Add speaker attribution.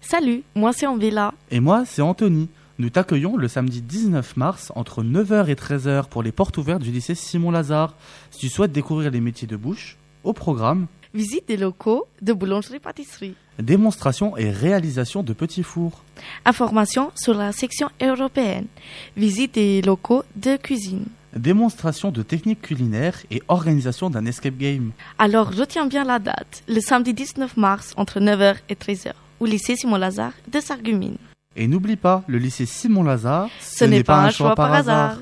Speaker 1: Salut, moi c'est Ambella.
Speaker 2: Et moi, c'est Anthony. Nous t'accueillons le samedi 19 mars entre 9h et 13h pour les portes ouvertes du lycée Simon Lazare. Si tu souhaites découvrir les métiers de bouche, au programme,
Speaker 1: Visite des locaux de boulangerie-pâtisserie.
Speaker 2: démonstration et réalisation de petits fours.
Speaker 1: Information sur la section européenne. Visite des locaux de cuisine.
Speaker 2: Démonstration de techniques culinaires et organisation d'un escape game.
Speaker 1: Alors retiens bien la date, le samedi 19 mars entre 9h et 13h au lycée Simon Lazare de Sargumine.
Speaker 2: Et n'oublie pas, le lycée Simon Lazare,
Speaker 1: Ce n'est pas un choix par hasard.